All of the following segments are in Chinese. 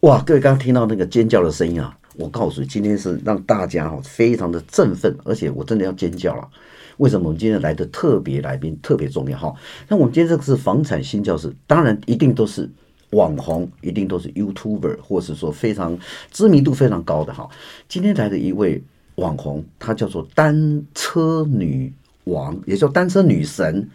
哇，各位刚刚听到那个尖叫的声音啊，我告诉你，今天是让大家哈非常的振奋，而且我真的要尖叫了。为什么我们今天来的特别来宾特别重要哈？那我们今天这个是房产新教室，当然一定都是网红，一定都是 YouTuber，或是说非常知名度非常高的哈。今天来的一位网红，她叫做单车女王，也叫单车女神。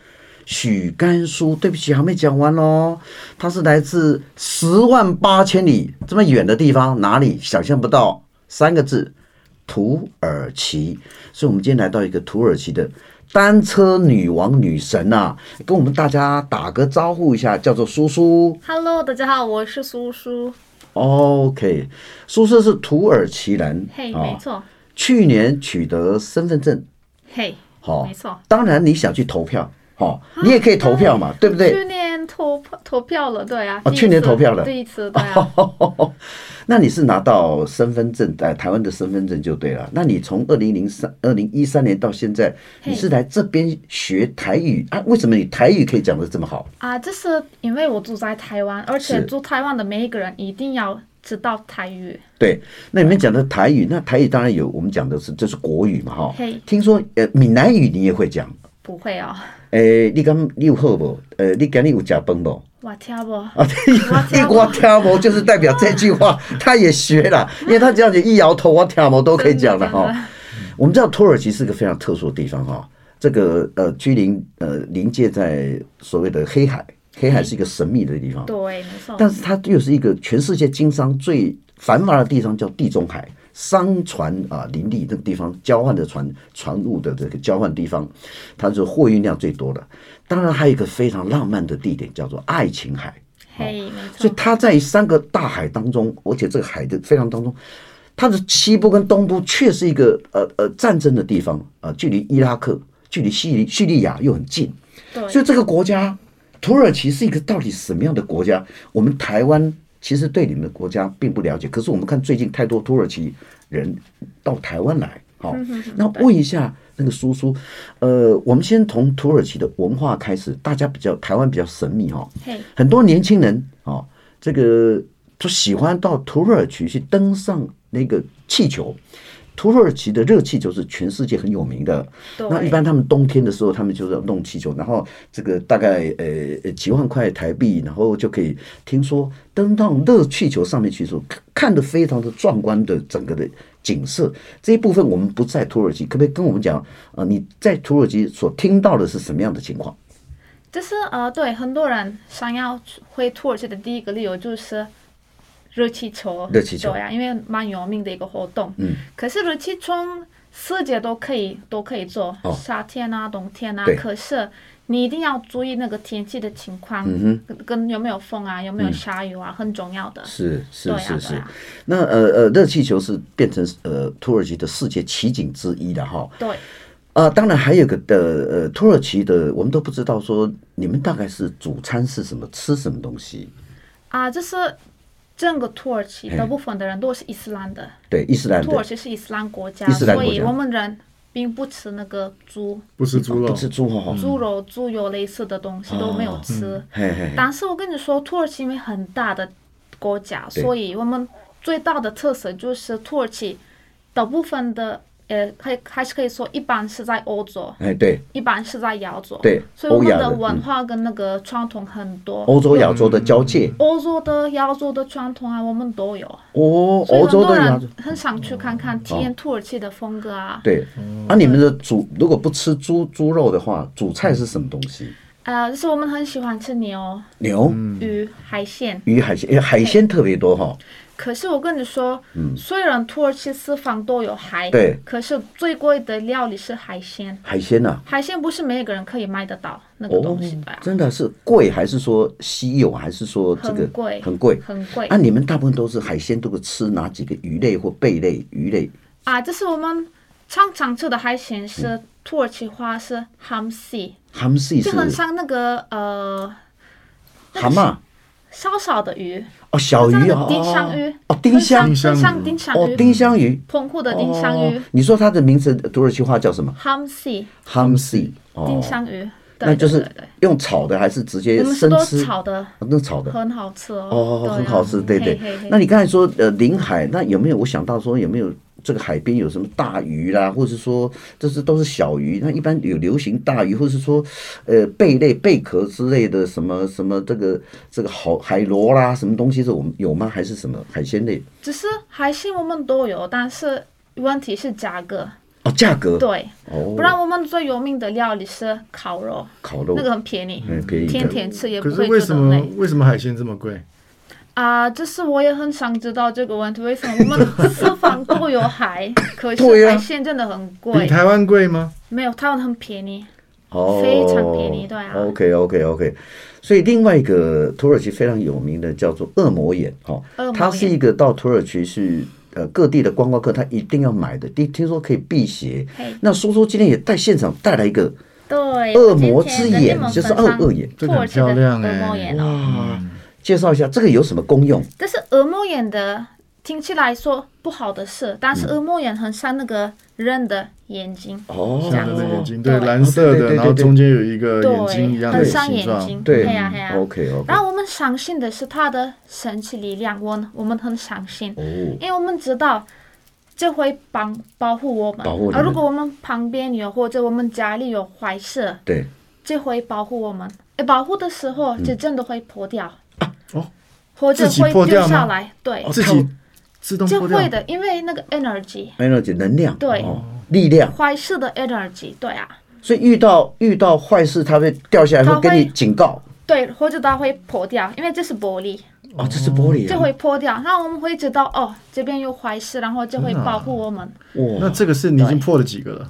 许甘淑，对不起，还没讲完哦。她是来自十万八千里这么远的地方，哪里想象不到？三个字，土耳其。所以，我们今天来到一个土耳其的单车女王女神啊，跟我们大家打个招呼一下，叫做苏苏。 Hello，大家好，我是苏苏。 OK，苏苏是土耳其人嘿、啊没错，去年取得身份证，嘿、好、没错。当然，你想去投票，好、你也可以投票嘛，对不对？去年投投票了，对啊。哦第一次去年投票了哦第一次，对啊。 那你是拿到身份证，在台湾的身份证就对了。那你从二零零三、二零一三年到现在，嘿你是来这边学台语啊？为什么你台语可以讲得这么好？啊，这是因为我住在台湾，而且是住台湾的每一个人一定要知道台语。对，那你们讲的台语，那台语当然有，我们讲的是这是国语嘛，哈嘿。听说呃，闽南语你也会讲，不会哦，诶、你敢你有好不？呃，你敢你有加崩不？我听不。啊，一我跳毛就是代表这句 话，他也学了，因为他这样子一摇头，我跳毛都可以讲了哈真的真。我们知道土耳其是个非常特殊的地方哈，这个呃居临呃临界在所谓的黑海，黑海是一个神秘的地方，对，没错。但是它又是一个全世界经商最繁华的地方，叫地中海。商船啊，林立这个地方交换的船船务的这个交换地方，它是货运量最多的。当然，还有一个非常浪漫的地点叫做爱琴海。嘿、没所错以。它在三个大海当中，而且这个海的非常当中，它的西部跟东部却是一个呃呃战争的地方啊、呃距离伊拉克、距离叙利叙利亚又很近，所对，以这个国家土耳其是一个到底什么样的国家？我们台湾其实对你们的国家并不了解，可是我们看最近太多土耳其人到台湾来，好、那问一下那个叔叔，呃，我们先从土耳其的文化开始，大家比较台湾比较神秘哈、哦，嘿、很多年轻人啊、哦，这个就喜欢到土耳其去登上那个气球。土耳其的热气球是全世界很有名的，对那一般他们冬天的时候，他们就是要弄气球，然后这个大概呃呃几万块台币，然后就可以听说登到热气球上面去的时候，看看得非常的壮观的整个的景色。这一部分我们不在土耳其，可不可以跟我们讲？呃，你在土耳其所听到的是什么样的情况？就是呃，对，很多人想要回土耳其的第一个理由就是热气球，热气球对呀、啊因为蛮有名的一个活动。嗯，可是热气球世界都可以都可以做，哦夏天啊、冬天啊对。可是你一定要注意那个天气的情况，嗯跟跟有没有风啊、有没有下雨啊，很重要的。是对是呀、是对是呀、。那呃呃，热气球是变成呃土耳其的世界奇景之一了哈。对。啊，当然还有个的呃，土耳其的我们都不知道说你们大概是主餐是什么，吃什么东西？啊，就是整个土耳其嘿大部分的人都是伊斯兰的，哎对，伊斯兰土耳的其是伊斯兰国家，伊斯兰所国家以我们人并不吃那个猪不吃猪不肉，吃猪哈、哦，猪肉、猪油类似的东嗯西都没有吃。嘿嘿嘿，但是我跟你说，土耳其因为很大的国家，对所以我们最大的特色就是土耳其大部分的，呃，还还是可以说一般是在欧洲，哎对，一般是在亚洲。对所以我们欧亚的的嗯文化跟那个传统很多。欧洲亚洲的交界，欧洲的、亚洲的传统啊，我们都有，哦，所以欧很洲多的亚洲哦人，很想去看看，体验土耳其的风格啊。对。啊，你们的主如果不吃猪猪肉的话，主菜是什么东西？呃，就是我们很喜欢吃牛、牛、鱼、海鲜，鱼、海鲜，哎海鲜特别多哈、可是我跟你说，虽然土耳其四方都有海，嗯对可是最贵的料理是海鲜，海鲜啊呐、海鲜不是每一个人可以买得到那个哦东西的啊呀、，真的是贵还是说稀有，还是说这个很贵，很贵？很贵啊，你们大部分都是海鲜，都是吃哪几个鱼类或贝类、鱼类？啊！这是我们常常吃的海鲜是嗯土耳其话是 hamsi，哈姆西就是很像那个呃蛤蟆小小的鱼，哦，小像鱼那哦个，丁香鱼哦，丁香很丁香像鱼很像丁香哦，鱼，丁香鱼，澎湖的丁香哦鱼你说它的名字土耳其话叫什么，hamsi ？Hamsi，哦丁，香鱼，对那就是对对对用炒的还是直接我们是生都吃？炒的，啊那炒的很好吃哦。哦，对啊很好吃，对对嘿嘿嘿。那你刚才说呃临海，那有没有我想到说有没有这个海边有什么大鱼啦，或者说这是都是小鱼？那一般有流行大鱼，或是说呃贝类、贝壳之类的什么什么这个这个好海螺啦，什么东西是我们有吗？还是什么海鲜类？只是海鲜我们都有，但是问题是价格。哦，价格对，哦不，然我们最有名的料理是烤肉，烤肉那个很便宜，哦嗯便宜天天吃也不可是会为觉什得么累为什么海鲜这么贵？啊。这是我也很想知道这个问题，为什么我们四方都 有海，可对是啊海鲜真的很比贵？台湾贵吗？没有，台湾很便宜。哦，非常便宜对啊 OK OK OK，所以另外一个土耳其非常有名的叫做恶魔眼哈恶，魔它是一个到土耳其是呃各地的观光客他一定要买的，听听说可以辟邪嘿。那叔叔今天也带现场带来一个对，恶我今魔天之跟你眼们就是分恶享恶眼这土个很耳其的漂恶亮魔哎、眼哦。啊，介绍一下这个有什么功用？但是耳膜眼的听起来说不好的事，但嗯是耳膜眼很像那个人的眼睛，哦像人的眼睛，对，对蓝色对对的，对然后对中间有一个眼睛一对，样的很像眼形睛，状，对嘿呀嘿呀。 ，OK OK，啊然后我们相信的是他的神奇力量，我们我们很相信，哦，因为我们知道这会帮保护我们。保护你们而如果我们旁边有或者我们家里有坏事，对，这会保护我们。哎，保护的时候，这真的会破掉，嗯哦或者自己会破掉掉吗哦下来，对，自己自动就脱掉会。的，因为那个 energy。还有能量，对哦，力量。坏事的 energy，对啊，所以遇到遇到坏事，它会掉下来，它会跟会你警告。对，或者它会破掉，因为这是玻璃，哦，这是玻璃就啊！会破掉。那我们会知道哦，这边有坏事，然后就会保护我 们。那哇，这个是你已经破了几个了？啊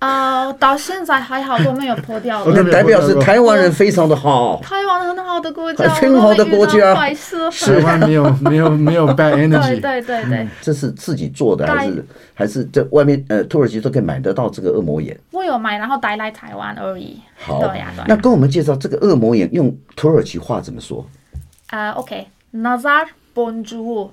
呃，到现在还好都没有破 掉 OK 的。那代表是台湾嗯人非常的好。台湾很好的国家，很好的国家我们遇到坏事，台湾没 有没有没有 bad 对 energy，对对对，这是自己做的带还是还是在外面呃土耳其都可以买得到这个恶魔眼？我有买，然后带来台湾而已。好，对呀对那呀。跟我们介绍这个恶魔眼用土耳其话怎么说？呃，OK，Nazar Bonjour，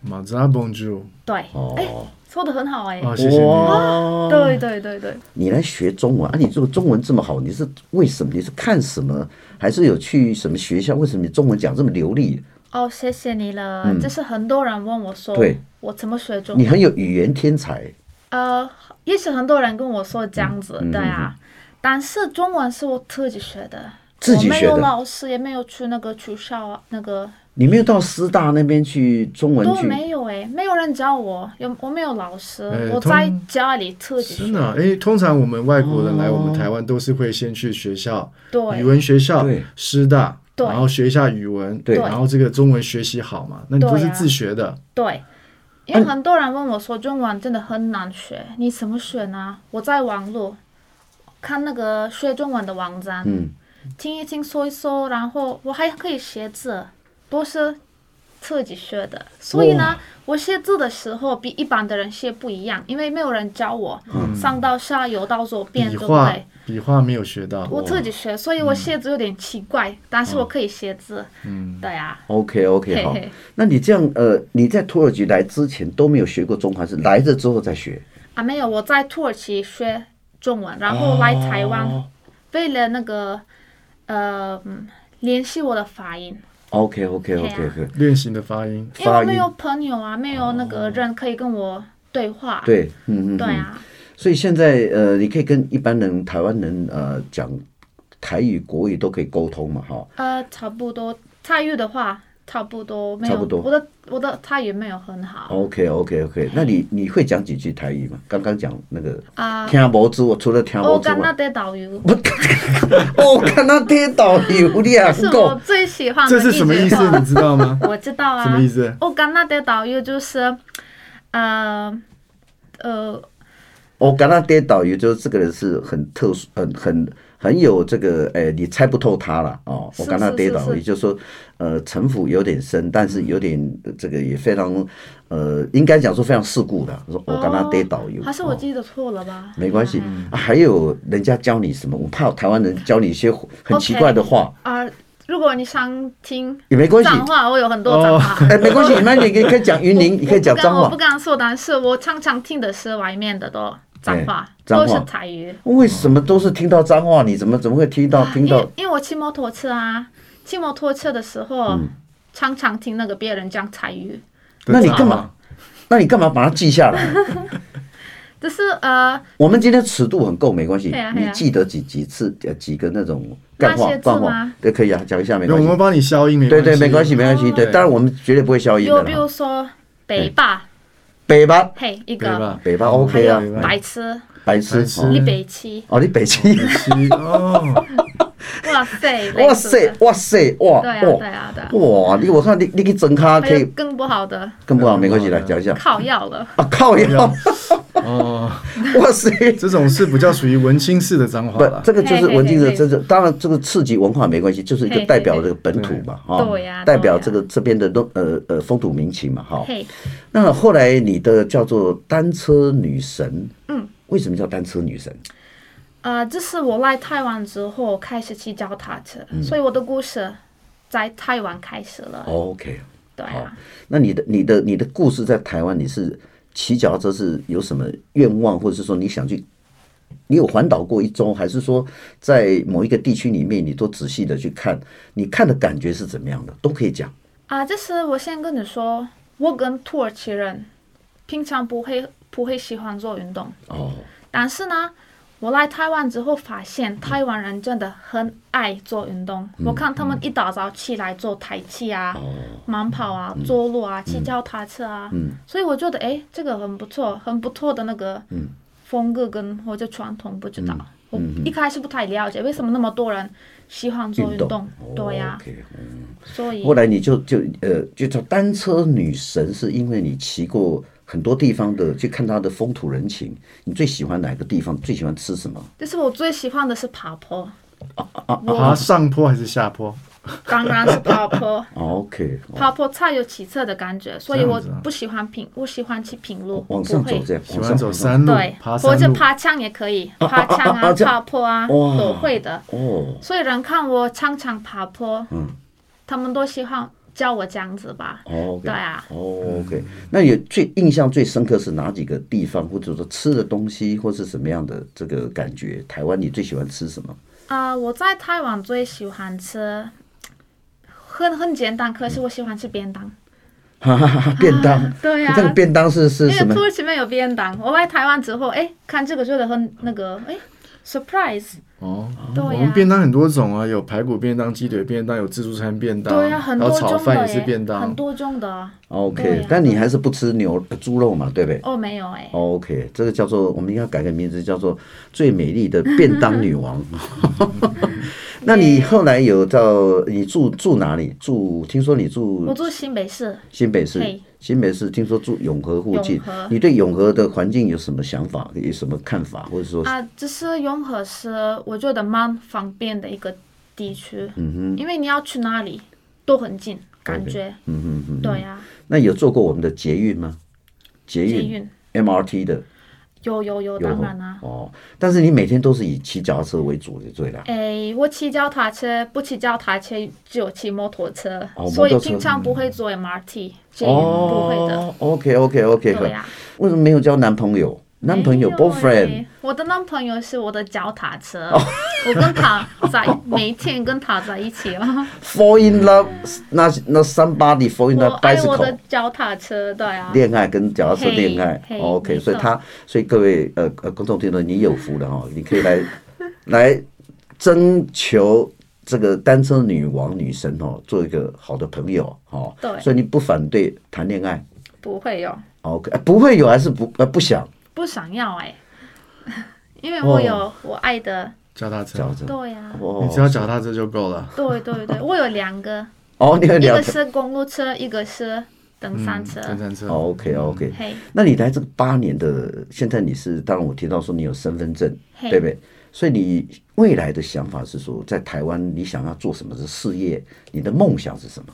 马扎 bonjour，对，哎，哦，说的很好哎，哦，谢谢你。哇对对对对。你来学中文啊？你这个中文这么好，你是为什么？你是看什么？还是有去什么学校？为什么你中文讲这么流利？哦，谢谢你了。嗯就是很多人问我说对，我怎么学中你文？很有语言天才呃，也许很多人跟我说这样子，对啊。但是中文是我自己学的，自己我没学的有老师，也没有去那个学校啊，那个你没有到师大那边去中文都去？没有诶，没有人教我，有我没有老师，哎我通在家里自己真学。的啊，哎，通常我们外国人来我们台湾都是会先去学校，语对文学校对、师大，对然后学一下语文，对然后这个中文学习好嘛？那你对都是啊自学的，对，因为很多人问我说中文真的很难学，你怎么学呢？我在网络看那个学中文的网站，嗯，听一听，说一说，然后我还可以写字，都是自己学的。所以呢，我写字的时候比一般的人写不一样，因为没有人教我，上到下游到左边，笔对不画对？笔画没有学到，我自己学，所以我写字有点奇怪，但是我可以写字。嗯，对呀、 OK OK 嘿好嘿，那你这样呃，你在土耳其来之前都没有学过中文，还是来了之后再学？啊，没有，我在土耳其学中文，然后来台湾，哦为了那个呃嗯联系我的发音， OK OK 对 OK 啊 OK，练习的发音。因为发我音没有朋友啊，没有那个人可以跟我对话。对，嗯嗯，对啊，所以现在呃，你可以跟一般人、台湾人呃讲台语、国语都可以沟通嘛，哈。嗯呃，差不多。泰语的话，差不多没有。差不多我的我的泰语没有很好哦 OK OK OK，那你你会讲几句台语吗？刚刚讲那个啊。听无知，我除了听无我知哦跟那外，的导游， 我 看那听导游两是我个，最喜欢的这一是什么意句思话？你知道吗？ 我知道啊。什么意思？我跟那的导游就是，呃，呃，我跟那听导游就是这个人是很特殊、很很很有这个，哎、你猜不透他了哦。我是跟他是跌是倒，是也就是说，呃，城府有点深，但是有点呃这个也非常，呃，应该讲说非常世故的。说我跟他跌倒有，还是哦我记得错了吧？嗯没关系、啊还有人家教你什么，我怕台湾人教你一些很奇怪的话啊、如果你想听也没关系。脏话，我有很多脏话。 哎、没 关系，那你可以可以讲云林，你可以讲脏我话。不敢说，但是我常常听的是外面的都脏话，哎脏话都是台语。为什么都是听到脏话？你怎么怎么会听到哦听啊因到为？因为我骑摩托车啊，骑摩托车的时候，嗯常常听那个别人讲台语，那你对干嘛？那你干嘛把它记下来？只是呃我们今天尺度很够，没关系对啊。对你啊记得几几次呃几个那种干话那些字脏话吗？对，可以啊，讲一下没没有关我系们。帮你消音，没对对，没关系，没关系。哦对，当然我们绝对不会消音有的比啦。如说北霸，北吧，嘿一对个，吧？嗯北吧还，OK 啊，有白痴白痴白。痴哦一北七，哦，你北京，七 哦，哇塞，哇 类似塞的，哇塞，哇对啊对哇啊对啊，哇！你我看你你去整咖还可有以更不好的更不好，没关系，来讲一下。靠药了，啊靠腰，哦， 哇塞！这种是比较属于文青式的脏话不了，。这个就是文青的，嘿嘿嘿这是当然这个刺激文化没关系，就是一个嘿代表这个本土嘛，哈对呀，代表对呀这个这边的东呃呃风土民情嘛，哈。嘿，那后来你的叫做单车女神，嗯，为什么叫单车女神？呃，这是我来台湾之后开始骑脚踏车，所以我的故事在台湾开始了， OK，对哦好啊，，那你的你的你的故事在台湾，你是骑脚踏车是有什么愿望，或者是说你想去，你有环岛过一周，还是说在某一个地区里面，你都仔细的去看，你看的感觉是怎么样的，都可以讲。啊，这是我先跟你说，我跟土耳其人平常不会不会喜欢做运动，哦，但是呢，我来台湾之后发现台湾人真的很爱做运动。我看他们一大早起来做tai chi 啊、慢跑啊、走路啊、骑脚踏车啊，所以我觉得哎，这个很不错，很不错的那个风格跟或者传统，不知道。我一开始不太了解为什么那么多人喜欢做哦运动，对呀、 o k 所以后来你就就呃，就叫单车女神，是因为你骑过很多地方的，去看它的风土人情。你最喜欢哪个地方？最喜欢吃什么？就是我最喜欢的是爬坡，爬上坡还是下坡？当然 是爬坡。哦 OK，哦爬坡菜有骑车的感觉，所以这我样子啊不喜欢平，我喜欢骑平路，往不上会走这样，喜往欢上走山路对，，爬或山者路。爬墙也可以，爬墙啊啊啊、这样爬坡啊，哇都会的。哦，所以人看我常常爬坡，他们都喜欢叫我这样子吧。哦，OK，对啊哦，OK，那你最印象最深刻是哪几个地方，或者说吃的东西，或是什么样的这个感觉？台湾你最喜欢吃什么？啊、我在台湾最喜欢吃，很很简单，可是我喜欢吃便当。哈哈哈， 便当。啊对呀、这个便当是是因什为么土？耳其没有便当，我来台湾之后，哎，看这个觉得很那个，哎，surprise。哦，对呀、我们便当很多种啊，有排骨便当、鸡腿便当，有自助餐便当，对呀、啊很然多后炒种的饭耶，也是便很当。多种的啊。对 OK，呀但你还是不吃牛呃猪肉嘛，对不对哦，没有哎、 ？OK，这个叫做我们应该改个名字，叫做最美丽的便当女 王。那你后来有到你住住哪里？住听说你我住住新北市，新北市嘿，新北市听说住永和附近永和，你对永和的环境有什么想法？有什么看法？或者说，啊，只是永和是我觉得蛮方便的一个地区，因为你要去哪里都很近，感觉，嗯嗯嗯，对啊呀、那有做过我们的捷运吗？捷捷运运 MRT 的有有有，有当然啊啦、哦，但是你每天都是以骑脚踏车为主就对了。诶，我骑脚踏车，不骑脚踏车，只有骑摩托车，哦所摩托以车平常不会坐 MRT，捷运不会的， OK OK OK，对啊呀、哦为什么没有交男朋友？男朋友没有 boyfriend 哦欸我的男朋友是我的脚踏车，我跟他在每天跟他在一起 哦。 fall in love，那那 somebody fall in 我哎 love 爱我的 bicycle，脚踏车，对啊，恋爱跟脚踏车恋爱哦嘿嘿，OK，没错所以他，所以各位呃呃观众听众，你有福了哦，你可以来 来征求这个单车女王女神哦，做一个好的朋友哦，对所以你不反对谈恋爱不会有， ，OK，呃不会有还是不呃不想不想要哎、 因为我哦有我爱的，脚踏脚车踏，车对呀、你哦只要脚踏车就够了。对对对，我有两个，哦，你很一了个解是公路车，一个是登山车。登山嗯车。 ，OK OK，嘿，哦那你来这个八年的，现在你是当然我提到说你有身份证，嘿对不对？所以你未来的想法是说，在台湾你想要做什么的事业？你的梦想是什么？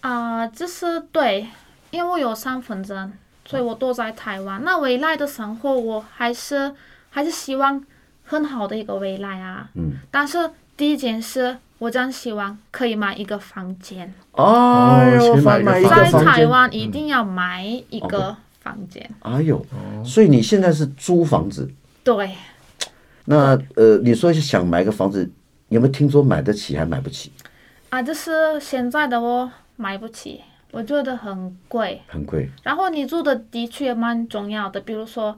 啊、这是对，因为我有身份证，所以我都在台湾。那未来的生活，我还是还是希望很好的一个未来啊。嗯。但是第一件事，我真希望可以买一个房间，哎呦，哦先翻买买个一个房在子房台间，湾一定要买一个房间。哎呦，哦所以你现在是租房子，对，那呃，你说想买个房子，有没有听说买得起还买不起？啊，就是现在的我买不起，我觉得很贵。很贵，然后你住的地区也蛮重要的，比如说，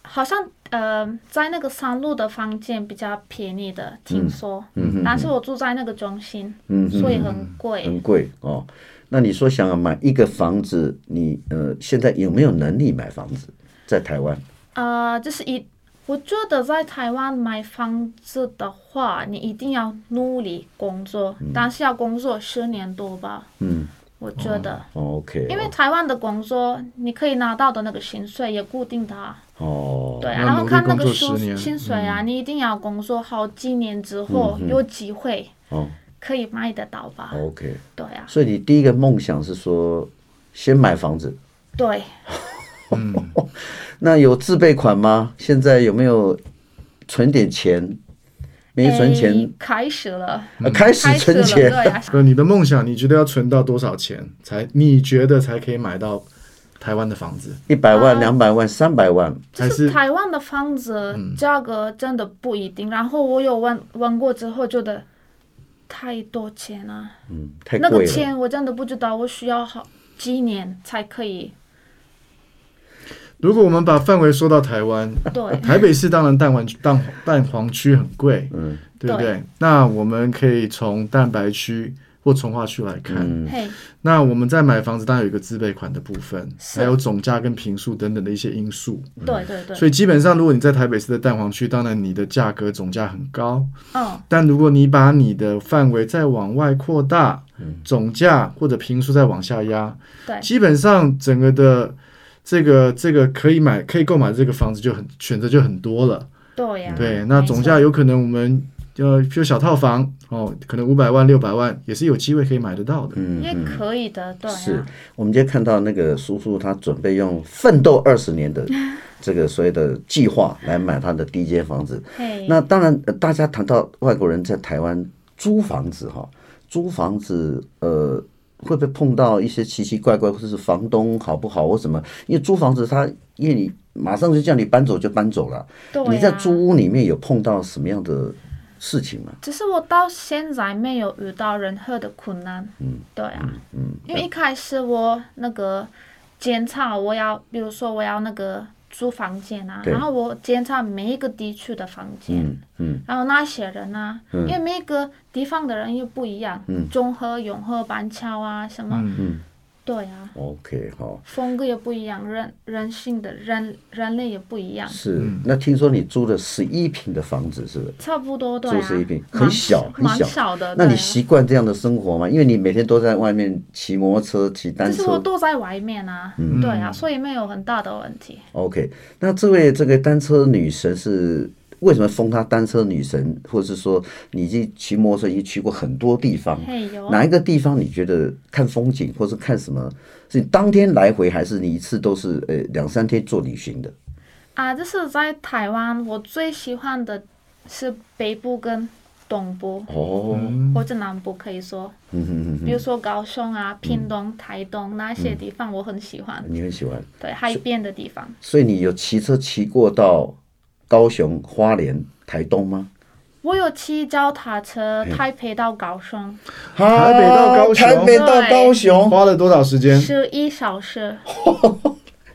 好像呃，在那个山路的房间比较便宜的，听说，但是我住在那个中心，所以很贵。很贵哦。那你说想要买一个房子，你呃现在有没有能力买房子？在台湾，呃，就是一，我觉得在台湾买房子的话，你一定要努力工作，但是要工作十年多吧。嗯，我觉得，哦，OK，因为台湾的工作，你可以拿到的那个薪水也固定的啊、哦，对啊，那然后努力看那工个作薪10年嗯薪水啊，你一定要工作好几年之后有机会哦可以卖得到吧？哦，OK。对啊，所以你第一个梦想是说先买房子，对，那有自备款吗？现在有没有存点钱？没存钱，诶哎开始了，呃开始哎开始存了，对钱。 啊，不，呃你的梦想，你觉得要存到多少钱才？你觉得才可以买到台湾的房子？ 一百万、啊两百万、三百万，就还是嗯是台湾的房子价格真的不一定。然后我有问问过之后，觉得太多钱了，嗯，太那个贵了。钱我真的不知道，我需要好几年才可以。如果我们把范围缩到台湾， 对台北市当然蛋黄蛋蛋黄区很贵，嗯，对不对？那我们可以从蛋白区或从化区来看。嘿，那我们在买房子，当然有一个自备款的部分，是还有总价跟平数等等的一些因素。对对对，所以基本上，如果你在台北市的蛋黄区，当然你的价格总价很高。嗯，但如果你把你的范围再往外扩大，总价或者平数再往下压，对基本上整个的这个这个可以买可以购买这个房子就很选择就很多了。对呀、对，那没总错价有可能我们呃，就小套房哦，可能五百万六百万也是有机会可以买得到的。也可以的，对、啊，是我们今天看到那个叔叔，他准备用奋斗二十年的这个所谓的计划来买他的第一间房子。嘿，那当然，呃大家谈到外国人在台湾租房子哈，租房子呃会不会碰到一些奇奇怪怪，或者是房东好不好或什么？因为租房子他因为你马上就叫你搬走就搬走了，对、啊，你在租屋里面有碰到什么样的事情吗？只是我到现在没有遇到任何的困难。嗯，对啊，嗯，因为一开始我那个检查，我要比如说我要那个租房间啊，对然后我检查每一个地区的房间，嗯嗯，然后那些人啊，因为每一个地方的人又不一样，嗯，中和、永和、板桥啊什么，嗯，对啊， OK，好，风格也不一样，人人性的人人类也不一样，是。那听说你租了十一平的房子，是不是？差不多对住啊，是一平很蛮小很蛮小小的，那对你啊习惯这样的生活吗？因为你每天都在外面骑摩托车、骑单但是我车。都在外面啊，嗯对啊，所以没有很大的问题。 OK，那这位这个单车女神是为什么封她单车女神，或者是说你已经骑摩托车已经去过很多地方，嘿哟，哪一个地方你觉得看风景或是看什么？是你当天来回，还是你一次都是呃两三天做旅行的？啊，这是在台湾，我最喜欢的是北部跟东部，哦，或者南部可以说，嗯比如说高雄啊、屏东、台东那嗯些地方，我很喜欢。你很喜欢，对，海边的地方，所以你有骑车骑过到高雄、花莲、台东吗？我有骑脚踏车，嗯台北到高雄台北到高雄台北到高雄，花了多少时嗯间？十一小时，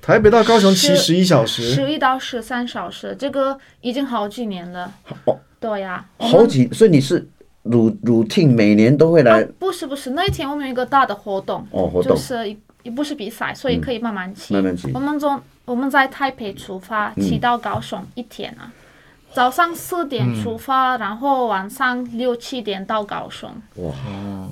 台北到高雄骑是十一小时，十一到十三小时，这个已经好几年了。哦对呀、我们好几，所以你是 ru routine 每年都会来啊，不是不是，那一天我们有一个大的活动，哦活动嗯就是一也不是比赛，所以可以慢慢骑。慢慢骑嗯我们从我们在台北出发，骑到高雄一天啊，早上四点出发，然后晚上六七点到高雄。哇，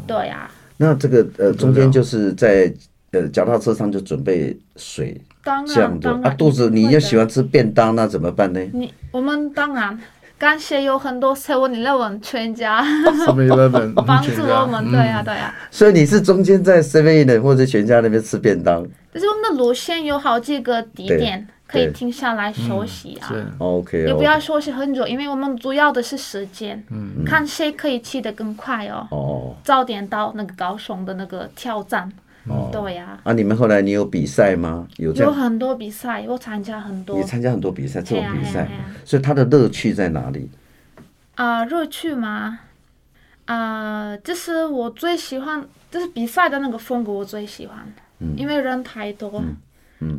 对啊呀、那这个呃中了间就是在呃脚踏车上就准备水当这样然的当啊，然，肚子你也又喜欢吃便当，那怎么办呢？你，我们当然。感谢有很多 Seven Eleven 全家哦 Seven Eleven 帮助我们，嗯对呀、对呀、啊所以你是中间在 Seven Eleven 或者全家那边吃便当但是我们的路线有好几个地对点可以对停下来休息啊。嗯是，OK 也不哦要休息很久，因为我们主要的是时间，嗯看谁可以骑得更快哦，哦，早点到那个高雄的那个挑战。对呀、啊，你们后来你有比赛吗？有这有啊样，很多比赛，我参加很多也参加很多比赛，这种比哎嘿呀赛嘿呀，所以它的乐趣在哪里？啊，乐趣吗？啊，这是我最喜欢，就是比赛的那个风格我最喜欢，嗯因为人太多，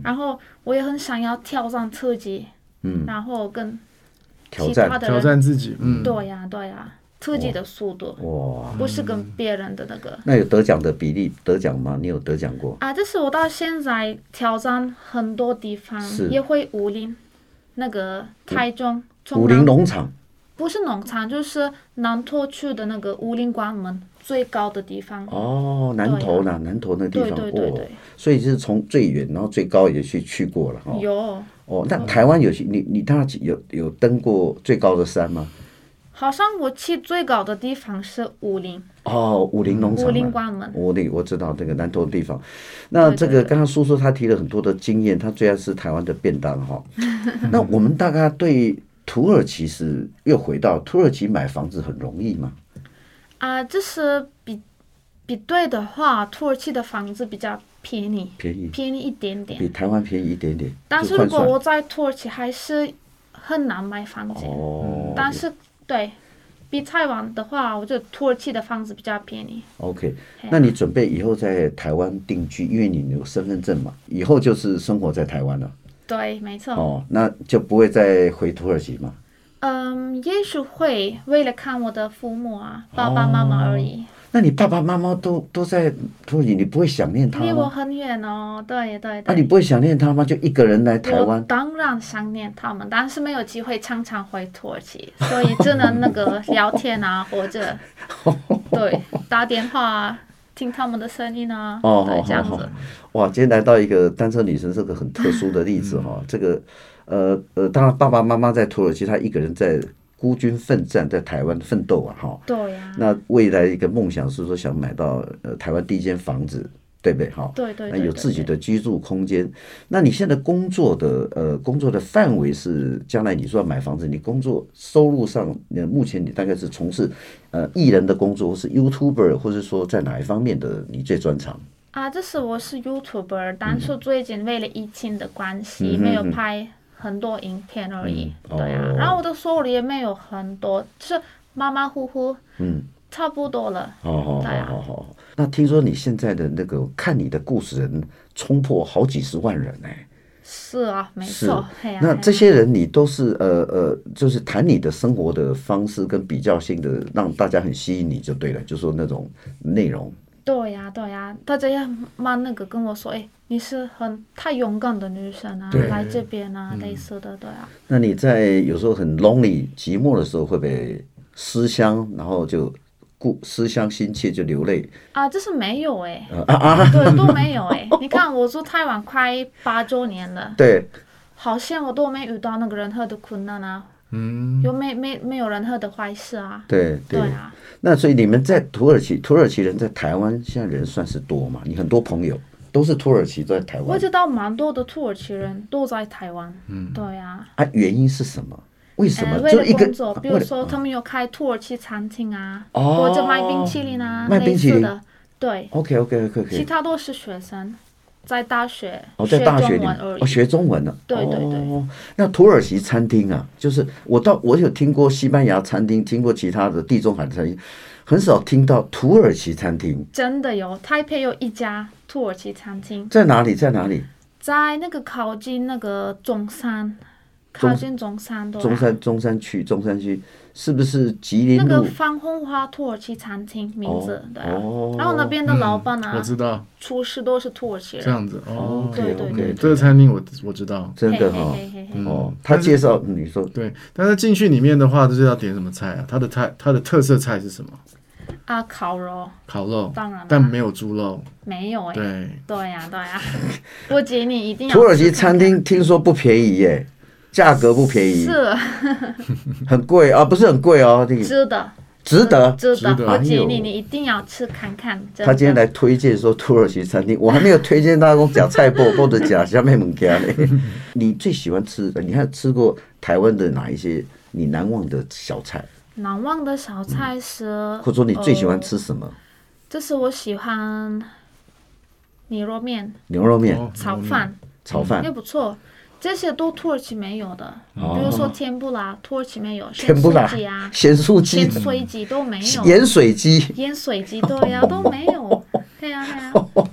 然后我也很想要跳上特级，嗯，然后跟挑其战他的挑人，战自己，嗯，对呀、对呀、特级的速度，哇，不是跟别人的那个。那有得奖的比例得奖吗？你有得奖过？啊，这是我到现在挑战很多地方是，也会武林，那个台中武中林南农场不是农场，就是南拓区的那个武林关门最高的地方。哦，南投啦，南投那地对啊方对对哦，对，所以是从最远然后最高也去去过了哈。有，哦，那台湾有些你你当然有有登过最高的山吗？好像我去最高的地方是武林，哦，武林农场武啊。林关门。我理我知道这个南投的地方，那对这对个对刚刚叔叔他提了很多的经验，他最爱吃台湾的便当哈。 那我们大概对土耳其是又回到土耳其买房子很容易嘛？啊，这是比比对的话，土耳其的房子比较便宜，便宜，便宜一点点。嗯比台湾便宜一点点。但是就换如果算我在土耳其还是很难买房子，哦，但是对比台湾的话，我觉得土耳其的房子比较便宜。 OK，嘿那你准备以后在台湾定居，因为你有身份证嘛，以后就是生活在台湾了对，没错。哦，那就不会再回土耳其嘛。嗯，也许会为了看我的父母啊，哦爸爸妈妈而已，那你爸爸妈妈都都在土耳其，你不会想念他离我吗？很远哦。对对那、对。你不会想念他吗？就一个人来台我湾，当然想念他们，但是没有机会常常回土耳其，所以只能那个聊天啊，或者对打电话啊，听他们的声音啊，哦对好这样好子。哇，今天来到一个单身女生，这个很特殊的例子哈、哦嗯这个，呃呃，当然爸爸妈妈在土耳其，他一个人在孤军奋战，在台湾奋斗啊哈、对呀、那未来一个梦想是说想买到呃台湾第一间房子，对不对？哈、对对那对，有对自己的对居住空间。那你现在工作的呃工作的范围是将来你说要买房子，你工作收入上，呃，目前你大概是从事呃艺人的工作，或是 YouTuber，或是说在哪一方面的你最专长？啊，这是我是 YouTuber，但是最近为了疫情的关系，嗯嗯哼没有哼拍很多影片而已。嗯对啊，哦然后我的收入也没有很多，就是马马虎虎，嗯，差不多了。好好对好啊好好。哦那听说你现在的那个看你的故事人冲破好几十万人哎、是啊，没是错，嘿呀、那嘿这呀些人你都是呃呃，就是谈你的生活的方式跟比较性的，让大家很吸引你就对了，就说那种内容。对呀、对呀、大家也蛮那个跟我说，哎，你是很太勇敢的女生啊对，嗯来这边啊，类似的，对啊。那你在有时候很 lonely 寂寞的时候，会不会思乡，然后就故思乡心切就流泪？啊，这是没有哎、呃啊啊，对，都没有 哎、你看，我住台湾快八周年了，对，好像我都没遇到那个人喝的困难啊，嗯，有没没没有人喝的坏事啊？对对。对啊，那所以你们在土耳其，土耳其人在台湾现在人算是多嘛？你很多朋友都是土耳其都在台我湾，知道蛮多的土耳其人都在台湾，嗯，对啊，啊，原因是什么？为什么？呃，为就一了个啊工作，比为如了说他们有开土耳其餐厅啊，哦或者卖冰淇淋啊，卖冰淇淋类似的，对， OK OK OK OK，其他都是学生，在大学、哦，在大学学里中面文而已，哦学中文呢、对对对哦。那土耳其餐厅啊，就是我到我有听过西班牙餐厅，听过其他的地中海餐厅，很少听到土耳其餐厅真的有，台北有一家土耳其餐厅，在哪里？在哪里？在那个靠近那个中山，中靠近中山对啊中山中山区中山区是不是吉林那个路？番红花土耳其餐厅名字，对、啊哦嗯然后那边的老板我啊、知道厨师都是土耳其这人，样子哦， OK 对对 OK，对嗯这个餐厅我我知道，真的哈、嘿嘿嘿嘿嘿哦嗯，他但是介绍你说对，但是进去里面的话，就是要点什么菜啊？它的菜，它的特色菜是什么？啊，烤肉烤肉，当然啦但没有猪肉。没有哎、对，对呀、对呀、我姐你一定要土耳其试试餐厅听说不便宜耶，价格不便宜，是很贵啊，不是很贵哦，你值得值得。值值得我哎姐你呦你一定要吃看看，真他今天的来推荐说土耳其餐厅，我还没有推荐他讲假菜脯或者假虾面门家嘞。 你最喜欢吃的？你还有吃过台湾的哪一些你难忘的小菜，难忘的小菜是，嗯或者说你最喜欢呃吃什么？这是我喜欢牛肉面、牛肉面、哦炒饭炒饭也、不错，这些都土耳其没有的，比如说天不拉，土耳其没 有，甜不辣咸酥 鸡咸酥鸡啊、咸、水鸡都没有，盐水鸡，盐水鸡对呀、都没 有，对呀、对呀、啊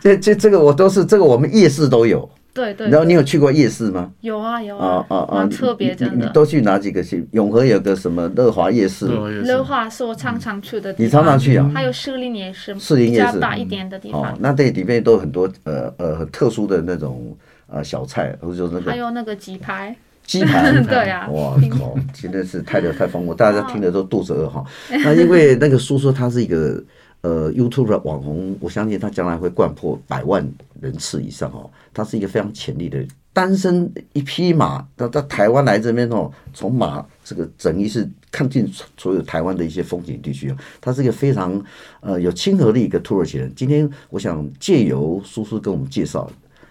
这这这个我都是这个我们夜市都有。对对然后你有去过夜市吗？有啊有啊啊啊！蛮你特别你真你的。都去哪几个去？永和有个什么乐华夜市，对，也乐是。华是我常常去的地方，你常常去啊？还有士林也是，士林比也较是大一点的地哦方，，那这里面都有很多呃呃很特殊的那种呃小菜，或者说那还个有那个鸡排，鸡 排。对啊哇靠，真的是太了太丰富，大家听了都肚子饿 哈。哎那因为那个叔叔他是一个呃 YouTube 的网红，我相信他将来会灌破百万人次以上哦。他是一个非常潜力的单身一匹马，到到台湾来这边哦，从马这个整一是看尽所有台湾的一些风景地区哦。他是一个非常呃有亲和力一个土耳其人。今天我想借由叔叔跟我们介绍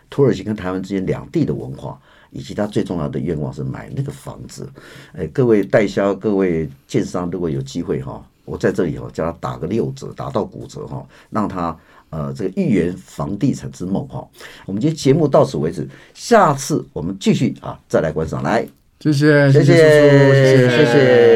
土耳其跟台湾之间两地的文化。以及他最重要的愿望是买那个房子，哎，各位代销、各位建商，如果有机会哈、我在这里哦，叫他打个六折，打到骨折哈、让他呃这个预言房地产之梦哈、我们今天节目到此为止，下次我们继续啊，再来观赏来，谢谢，谢谢叔叔，谢谢谢谢